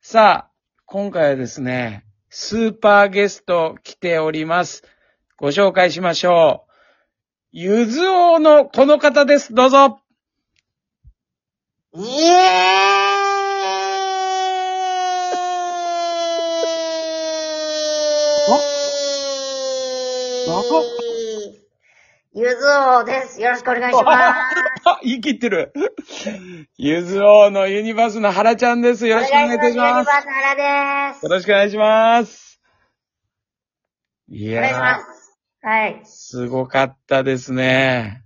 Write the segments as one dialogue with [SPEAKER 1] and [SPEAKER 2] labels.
[SPEAKER 1] さあ、今回はですね、スーパーゲスト来ております。ご紹介しましょう。ゆず王のこの方です。どうぞ。
[SPEAKER 2] イエーイゆずおです。よろしくお願いします。
[SPEAKER 1] あ、言い切ってる。 ゆず王のユニバースの原ちゃんです。よろしくお願いいたします。
[SPEAKER 2] お願いします。ユニバース原です。
[SPEAKER 1] よろしくお願いします。い
[SPEAKER 2] お願いし
[SPEAKER 1] やー
[SPEAKER 2] ま、す。はい。
[SPEAKER 1] すごかったですね。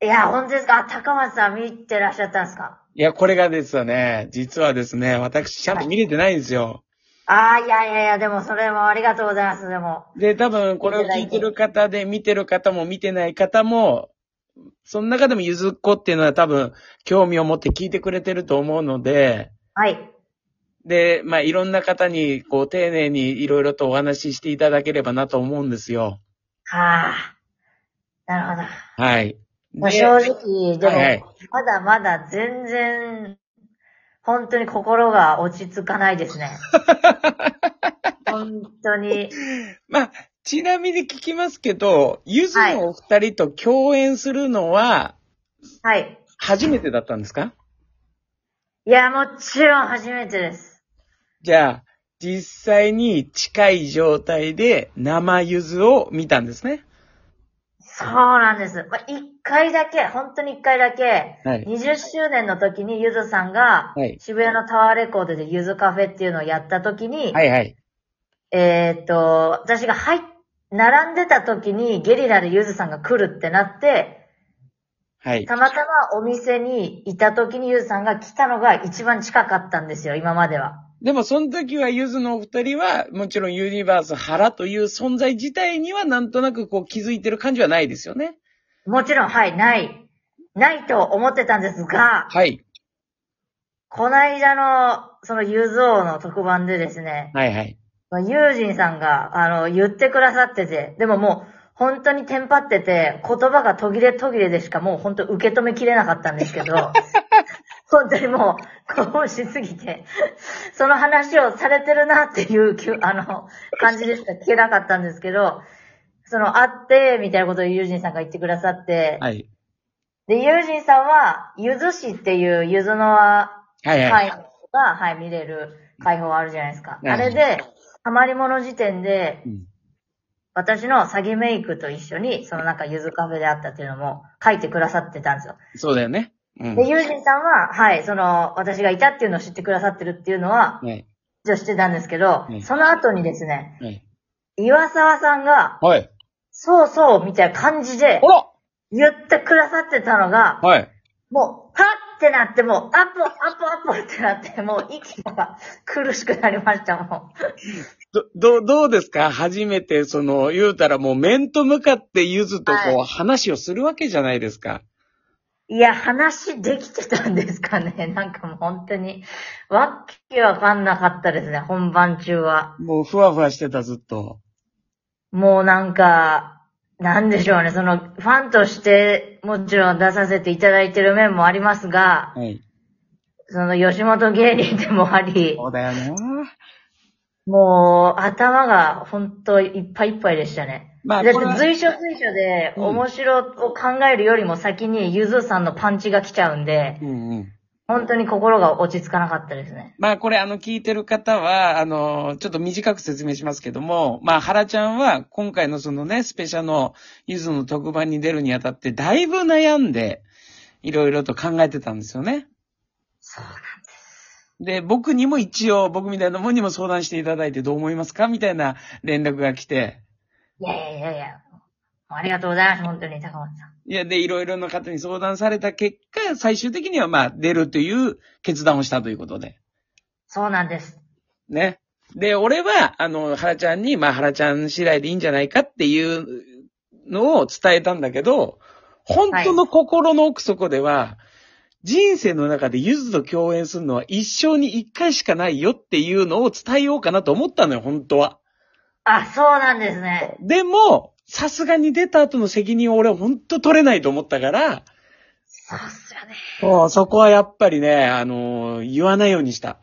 [SPEAKER 2] いや、本当ですかあ高松さん見てらっしゃったんですか
[SPEAKER 1] いや、これがですね、実はですね、私ちゃんと見れてないんですよ。
[SPEAKER 2] ああ、いやいやいや、でもそれもありがとうございます、でも。
[SPEAKER 1] で、多分これを聞いてる方で、見てる方も見てない方も、その中でもゆずっこっていうのは多分興味を持って聞いてくれてると思うので、
[SPEAKER 2] はい。
[SPEAKER 1] で、まあ、いろんな方に、こう、丁寧にいろいろとお話ししていただければなと思うんですよ。
[SPEAKER 2] はあ。なるほど。
[SPEAKER 1] はい。
[SPEAKER 2] まあ、
[SPEAKER 1] で
[SPEAKER 2] 正直、でも、
[SPEAKER 1] はいはい
[SPEAKER 2] まだまだ全然、本当に心が落ち着かないで すね。本当に。
[SPEAKER 1] まあ、ちなみに聞きますけど、ゆずのお二人と共演するのは、
[SPEAKER 2] はい。
[SPEAKER 1] 初めてだったんですか、
[SPEAKER 2] いや、もちろん初めてです。
[SPEAKER 1] じゃあ、実際に近い状態で生ゆずを見たんですね。
[SPEAKER 2] そうなんです。まあ、一回だけ、本当に一回だけ、
[SPEAKER 1] はい
[SPEAKER 2] 20周年の時にゆずさんが
[SPEAKER 1] はい、
[SPEAKER 2] 渋谷のタワーレコードでゆずカフェっていうのをやった時に、
[SPEAKER 1] はいはい。
[SPEAKER 2] えーっと、私が入っ、並んでた時にゲリラでゆずさんが来るってなって、
[SPEAKER 1] はい。
[SPEAKER 2] たまたまお店にいた時にゆずさんが来たのが一番近かったんですよ、今までは。
[SPEAKER 1] でも、その時はゆずのお二人は、もちろんユニバース原という存在自体にはなんとなくこう気づいてる感じはないですよね。
[SPEAKER 2] もちろん、はい、ない。ないと思ってたんですが、
[SPEAKER 1] はい。
[SPEAKER 2] こないだの、そのゆず王の特番でですね、
[SPEAKER 1] はいはい。
[SPEAKER 2] ゆうじんさんが、あの、言ってくださってて、でももう、本当にテンパってて、言葉が途切れ途切れでしかもう本当受け止めきれなかったんですけ ど、本当にもう、興奮しすぎて、その話をされてるなっていう、きゅあの、感じでしか聞けなかったんですけど、その、会って、みたいなことをユージンさんが言ってくださって、
[SPEAKER 1] はい。
[SPEAKER 2] で、ユージンさんは、ゆず市っていう、ゆずのは
[SPEAKER 1] はいは
[SPEAKER 2] 会
[SPEAKER 1] い。
[SPEAKER 2] が、はい、見れる会報あるじゃないですか。
[SPEAKER 1] い
[SPEAKER 2] あれで、ハマり物時点で
[SPEAKER 1] う、ん
[SPEAKER 2] 私の詐欺メイクと一緒に、そのなんかゆずカフェであったっていうのも書いてくださってたんですよ。
[SPEAKER 1] そうだよね。うん。
[SPEAKER 2] で、ユージンさんは、はい、その、私がいたっていうのを知ってくださってるっていうのは、
[SPEAKER 1] はい。
[SPEAKER 2] 一応知ってたんですけど
[SPEAKER 1] うん、
[SPEAKER 2] その後にですね、
[SPEAKER 1] はい。
[SPEAKER 2] 岩沢さんが、
[SPEAKER 1] はい。
[SPEAKER 2] そうそう、みたいな感じ
[SPEAKER 1] あ、
[SPEAKER 2] で
[SPEAKER 1] ら
[SPEAKER 2] 言ってくださってたのが、
[SPEAKER 1] はい。
[SPEAKER 2] もう、はっってなって、もう、アップ、アップ、アップってなって、もう、息が苦しくなりました、もう。
[SPEAKER 1] ど、ど、どうですか初めて、その、言うたらもう面と向かってゆずとこう話をするわけじゃないですか。
[SPEAKER 2] いや、話できてたんですかね。 なんかもう本当に、わっけわかんなかったですね、本番中は。
[SPEAKER 1] もうふわふわしてた、ずっと。
[SPEAKER 2] もうなんか、なんでしょうね、その、ファンとして、もちろん出させていただいてる面もありますが、
[SPEAKER 1] はい。
[SPEAKER 2] その、吉本芸人でもあり、
[SPEAKER 1] そうだよね。
[SPEAKER 2] もう、頭が本当いっぱいいっぱいでしたね。
[SPEAKER 1] まあ
[SPEAKER 2] だって
[SPEAKER 1] これは
[SPEAKER 2] 随所随所で、
[SPEAKER 1] うん
[SPEAKER 2] 面白を考えるよりも先に、ゆずさんのパンチが来ちゃうんで、
[SPEAKER 1] うんうん。
[SPEAKER 2] 本当に心が落ち着かなかったですね。
[SPEAKER 1] まあこれあの聞いてる方は、あの、ちょっと短く説明しますけども、まあ原ちゃんは今回のそのね、スペシャルのゆずの特番に出るにあたってだいぶ悩んで、いろいろと考えてたんですよね。
[SPEAKER 2] そうなん
[SPEAKER 1] で、僕にも一応、僕みたいなもんにも相談していただいてどう思いますかみたいな連絡が来て、
[SPEAKER 2] いやいやいやいや、もうありがとうございます、本当に、高松さん。
[SPEAKER 1] いや、で、いろいろな方に相談された結果、最終的にはまあ出るという決断をしたということで。
[SPEAKER 2] そうなんです。
[SPEAKER 1] ね。で、俺は、あの、原ちゃんに、まあ、原ちゃん次第でいいんじゃないかっていうのを伝えたんだけど、本当の心の奥底では、人生の中でゆずと共演するのは一生に一回しかないよっていうのを伝えようかなと思ったのよ、本当は。
[SPEAKER 2] あ、そうなんですね。
[SPEAKER 1] でも、さすがに出た後の責任を俺は本当取れないと思ったから、
[SPEAKER 2] そうっすよね。
[SPEAKER 1] そうそこはやっぱりね、あの言わないようにした。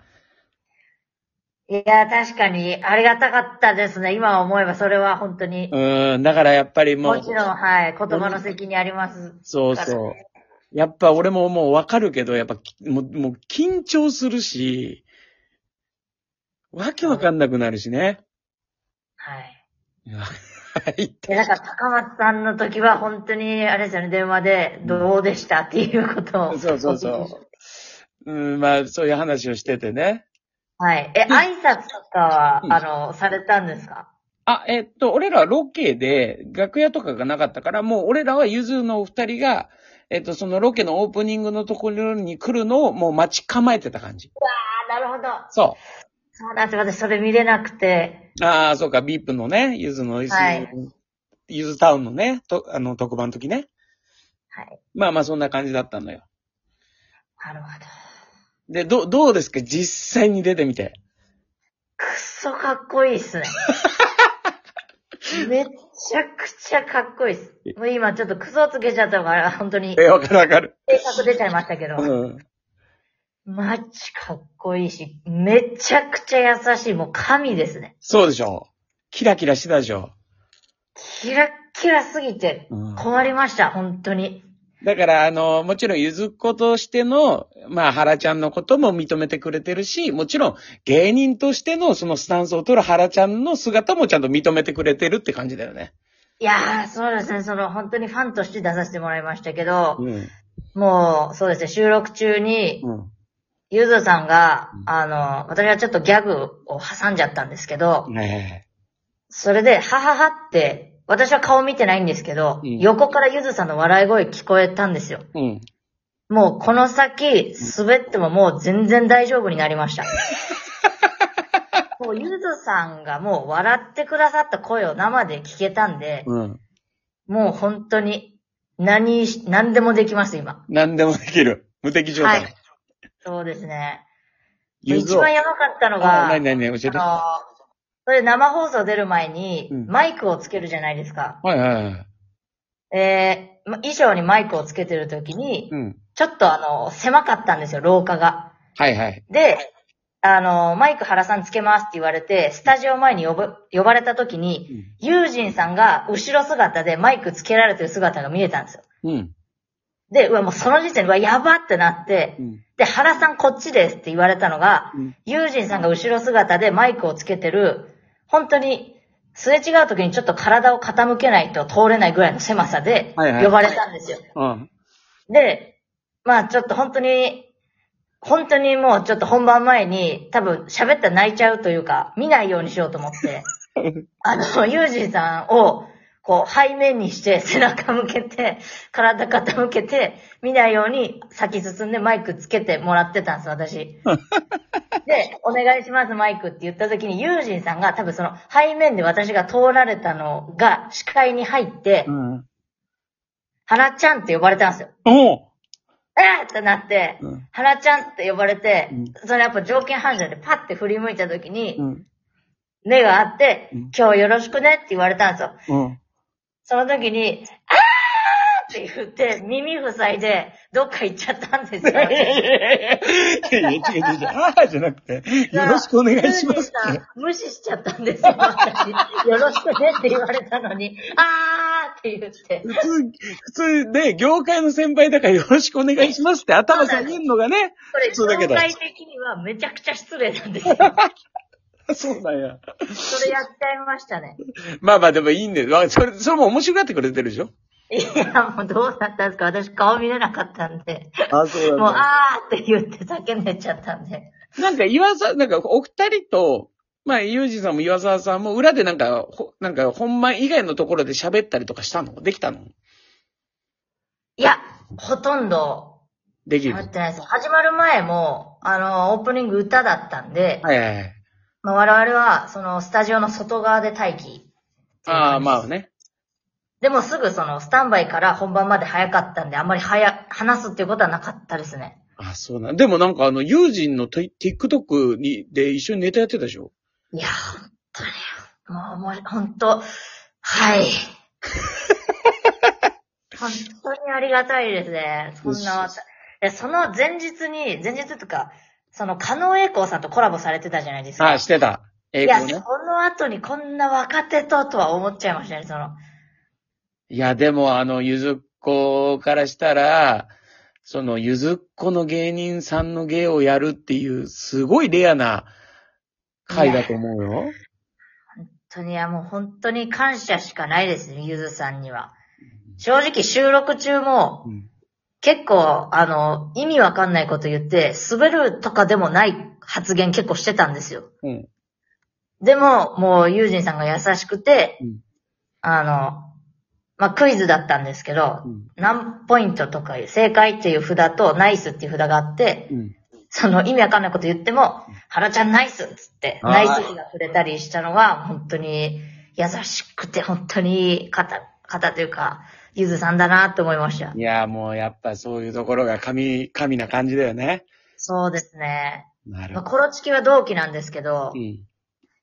[SPEAKER 2] いや、確かに、ありがたかったですね。今思えば、それは本当に。
[SPEAKER 1] うん、だからやっぱりも
[SPEAKER 2] も
[SPEAKER 1] う、
[SPEAKER 2] ちろん、はい。言葉の責任あります。
[SPEAKER 1] そうそう。やっぱ俺ももうわかるけど、やっぱき、もう、もう緊張するし、わけわかんなくなるしね。
[SPEAKER 2] はい。
[SPEAKER 1] はい。
[SPEAKER 2] で、なんか、高松さんの時は、本当に、あれですよね、電話で、どうでしたっていうこと を。
[SPEAKER 1] そうそうそう。うん、まあ、そういう話をしててね。
[SPEAKER 2] はい。え、挨拶とかは、
[SPEAKER 1] うん
[SPEAKER 2] あの、されたんですか
[SPEAKER 1] あ、えっと、俺らはロケで、楽屋とかがなかったから、もう俺らはゆずのお二人が、えっと、そのロケのオープニングのところに来るのをもう待ち構えてた感じ。
[SPEAKER 2] あ、なるほど。
[SPEAKER 1] そ
[SPEAKER 2] そうなんです。私、それ見れなくて。
[SPEAKER 1] う。ああ、そうか、ビープのね、ゆずの、ゆず、
[SPEAKER 2] はい
[SPEAKER 1] ゆずタウンのね、と、あの、特番の時ね。
[SPEAKER 2] はい。
[SPEAKER 1] まあまあ、そんな感じだったのよ。
[SPEAKER 2] なるほど。
[SPEAKER 1] で、どう、どうですか実際に出てみて。
[SPEAKER 2] くっそかっこいいっすね。めっちゃくちゃかっこいいっす。もう今ちょっとクソつけちゃったから、本当に
[SPEAKER 1] え、わかるわかる。
[SPEAKER 2] 性格出ちゃいましたけど。
[SPEAKER 1] うん。
[SPEAKER 2] マジかっこいいし、めちゃくちゃ優しい、もう神ですね。
[SPEAKER 1] そうでしょ。キラキラしてたでしょ。
[SPEAKER 2] キラッキラすぎて
[SPEAKER 1] うん、
[SPEAKER 2] 困りました、本当に。
[SPEAKER 1] だから、あの、もちろん、ゆずっ子としての、まあ、原ちゃんのことも認めてくれてるし、もちろん、芸人としての、そのスタンスを取る原ちゃんの姿もちゃんと認めてくれてるって感じだよね。
[SPEAKER 2] いやー、そうですね、その本当にファンとして出させてもらいましたけど、
[SPEAKER 1] ん。
[SPEAKER 2] もう、そうですね、収録中に、
[SPEAKER 1] うん。
[SPEAKER 2] ゆずさんが
[SPEAKER 1] う、ん
[SPEAKER 2] あの、私はちょっとギャグを挟んじゃったんですけど、
[SPEAKER 1] ね
[SPEAKER 2] それで、はははって、私は顔見てないんですけど、
[SPEAKER 1] うん
[SPEAKER 2] 横からゆずさんの笑い声聞こえたんですよ。
[SPEAKER 1] え。うん。
[SPEAKER 2] もうこの先、滑ってももう全然大丈夫になり ました。もうゆずさんがもう笑ってくださった声を生で聞けたんで、
[SPEAKER 1] うん。
[SPEAKER 2] もう本当に何し、何でもできます、今。
[SPEAKER 1] 何でもできる。無敵状
[SPEAKER 2] はい
[SPEAKER 1] 態。。
[SPEAKER 2] そうですね。
[SPEAKER 1] ゆ
[SPEAKER 2] 一
[SPEAKER 1] ずを。
[SPEAKER 2] 番やばかったのが、
[SPEAKER 1] あ、何何何教えて。は
[SPEAKER 2] あの、それ生放送出る前に
[SPEAKER 1] うん、
[SPEAKER 2] マイクをつけるじゃないですか。
[SPEAKER 1] いはいはい。
[SPEAKER 2] えーま衣装にマイクをつけてる時に、
[SPEAKER 1] うん。
[SPEAKER 2] ちょっとあの、狭かったんですよ、廊下が。
[SPEAKER 1] はいはい。
[SPEAKER 2] で、あの、マイク原さんつけますって言われて、スタジオ前に呼ぶ呼ばれた時に、ユージンさんが後ろ姿でマイクつけられてる姿が見えたんですよ。
[SPEAKER 1] うん。
[SPEAKER 2] で、うわ、もうその時点で、うわ、やばってなって
[SPEAKER 1] う、ん。
[SPEAKER 2] で、原さんこっちですって言われたのが、
[SPEAKER 1] うん
[SPEAKER 2] ユージンさんが後ろ姿でマイクをつけてる、本当に、すれ違う時にちょっと体を傾けないと通れないぐらいの狭さで、
[SPEAKER 1] はいはい
[SPEAKER 2] 呼ばれたんですよ。
[SPEAKER 1] うん。
[SPEAKER 2] で、まあちょっと本当に、本当にもうちょっと本番前に、多分喋ったら泣いちゃうというか、見ないようにしようと思 って、あの、ユージンさんを、こう、背面にして、背中向けて、体傾けて、見ないように先進んでマイクつけてもらってたんで す、私。で、お願いします、マイクって言った時に、ユージンさんが多分その、背面で私が通られたのが、視界に入って、
[SPEAKER 1] うん。
[SPEAKER 2] 花ちゃんって呼ばれたんですよ。
[SPEAKER 1] おう
[SPEAKER 2] えーってなって、
[SPEAKER 1] うん
[SPEAKER 2] 原ちゃんって呼ばれて、
[SPEAKER 1] うん
[SPEAKER 2] それやっぱ条件反射でパッて振り向いた時に、
[SPEAKER 1] うん。
[SPEAKER 2] 目があって、
[SPEAKER 1] うん
[SPEAKER 2] 今日よろしくねって言われたんですよ。
[SPEAKER 1] うん。
[SPEAKER 2] その時に、あーって言って、耳塞いで、どっか行っちゃったんですよ。
[SPEAKER 1] いやいやいやいや、違う違う違う。ああ、じゃなくて、よろしくお願いします
[SPEAKER 2] ルー
[SPEAKER 1] って
[SPEAKER 2] ジン。さん無視しちゃったんですよ、 私。よろしくねって言われたのに、あーって言って。
[SPEAKER 1] 普通、普通で、業界の先輩だからよろしくお願いしますって頭下げるのがね。
[SPEAKER 2] これ、
[SPEAKER 1] そうだけ
[SPEAKER 2] 業
[SPEAKER 1] ど
[SPEAKER 2] 界的にはめちゃくちゃ失礼なんですよ。
[SPEAKER 1] そうなんや。
[SPEAKER 2] それやっちゃいましたね。
[SPEAKER 1] まあまあでもいいんで、わそれ、それも面白がってくれてるでしょ
[SPEAKER 2] いや、もうどうだったんですか私顔見れなかったんで。
[SPEAKER 1] あそう
[SPEAKER 2] もう、あーって言って叫んでっちゃったんで。
[SPEAKER 1] なんか岩沢、なんかお二人と、まあ、ユージさんも岩沢さんも裏でなんか、ほなんか本番以外のところで喋ったりとかしたのできたの
[SPEAKER 2] いや、ほとんど
[SPEAKER 1] できる。は
[SPEAKER 2] 喋っ
[SPEAKER 1] い
[SPEAKER 2] てないです。始まる前も、あの、オープニング歌だったんで、
[SPEAKER 1] はいはい。
[SPEAKER 2] まあ、我々は、その、スタジオの外側で待機。
[SPEAKER 1] ああ、まあね。
[SPEAKER 2] でもすぐその、スタンバイから本番まで早かったんで、あんまり早、話すっていうことはなかったですね。
[SPEAKER 1] あそうなん。でもなんかあの、友人の Tik- TikTok に、で一緒にネタやってたでしょ
[SPEAKER 2] いや、本当に、もう、もう、本当はい。本当にありがたいですね。そんな、いや、その前日に、前日とか、その、加納栄光さんとコラボされてたじゃないですか。
[SPEAKER 1] あ、してた。
[SPEAKER 2] い
[SPEAKER 1] 英
[SPEAKER 2] や、
[SPEAKER 1] 語
[SPEAKER 2] そ
[SPEAKER 1] ね。
[SPEAKER 2] の後にこんな若手ととは思っちゃいましたね、その。
[SPEAKER 1] いや、でも、あの、ゆずっこからしたら、その、ゆずっこの芸人さんの芸をやるっていう、すごいレアな回だと思うよ。
[SPEAKER 2] 本当に、いやもう本当に感謝しかないですね、ゆずさんには。正直収録中も、
[SPEAKER 1] うん
[SPEAKER 2] 結構、あの、意味わかんないこと言って、滑るとかでもない発言結構してたんですよ。
[SPEAKER 1] うん。
[SPEAKER 2] でも、もう、ユージンさんが優しくて、
[SPEAKER 1] うん
[SPEAKER 2] あの、まあ、クイズだったんですけど、
[SPEAKER 1] うん
[SPEAKER 2] 何ポイントとか、正解っていう札とナイスっていう札があって、
[SPEAKER 1] うん。
[SPEAKER 2] その意味わかんないこと言っても、ハラちゃんナイスっつって、
[SPEAKER 1] あー
[SPEAKER 2] ナイスが触れたりしたのは、本当に優しくて、本当にいい方、方というか、ゆずさんだなって思いました。
[SPEAKER 1] いや、もうやっぱそういうところが神、神な感じだよね。
[SPEAKER 2] そうですね。
[SPEAKER 1] なる
[SPEAKER 2] まあ、
[SPEAKER 1] ほど。
[SPEAKER 2] コロチキは同期なんですけど、
[SPEAKER 1] うん。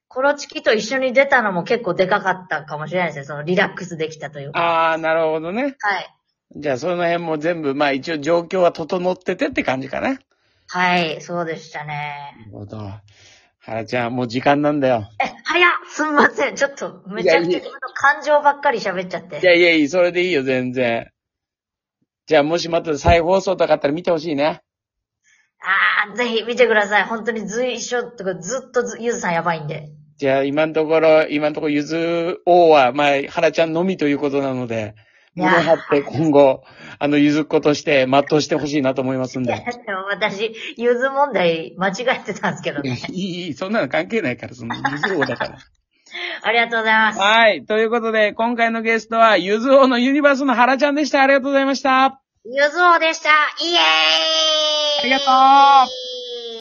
[SPEAKER 2] コロチキと一緒に出たのも結構でかかったかもしれないですね。そのリラックスできたというか。
[SPEAKER 1] あー、なるほどね。
[SPEAKER 2] はい。
[SPEAKER 1] じゃあ、その辺も全部、まあ一応状況は整っててって感じかな。なる
[SPEAKER 2] はい、そうでしたね。
[SPEAKER 1] ほど。原ちゃん、もう時間なんだよ。
[SPEAKER 2] え、早っすんません。ちょっと、めちゃくちゃ自分の感情ばっかり喋っちゃって。
[SPEAKER 1] いやいやいい、それでいいよ、全然。じゃあ、もしまた再放送とかあったら見てほしいね。
[SPEAKER 2] あー、ぜひ見てください。本当に随所とかずっとずゆずさんやばいんで。
[SPEAKER 1] じゃあ、今のところ、今のところ、ゆず王は、まあ、原ちゃんのみということなので、
[SPEAKER 2] いや
[SPEAKER 1] 胸張って今後、あの、ゆずっ子として、全うしてほしいなと思いますん
[SPEAKER 2] いや、
[SPEAKER 1] で。
[SPEAKER 2] でも私、ゆず問題間違えてたんですけど
[SPEAKER 1] いや
[SPEAKER 2] ね。
[SPEAKER 1] いい、いいそんなの関係ないから、その、ゆず王だから。
[SPEAKER 2] ありがとうございます。
[SPEAKER 1] はい。ということで、今回のゲストは、ゆず王のユニバースの原ちゃんでした。ありがとうございました。あ
[SPEAKER 2] ゆずおでしたイエー
[SPEAKER 1] り
[SPEAKER 2] イ
[SPEAKER 1] がとう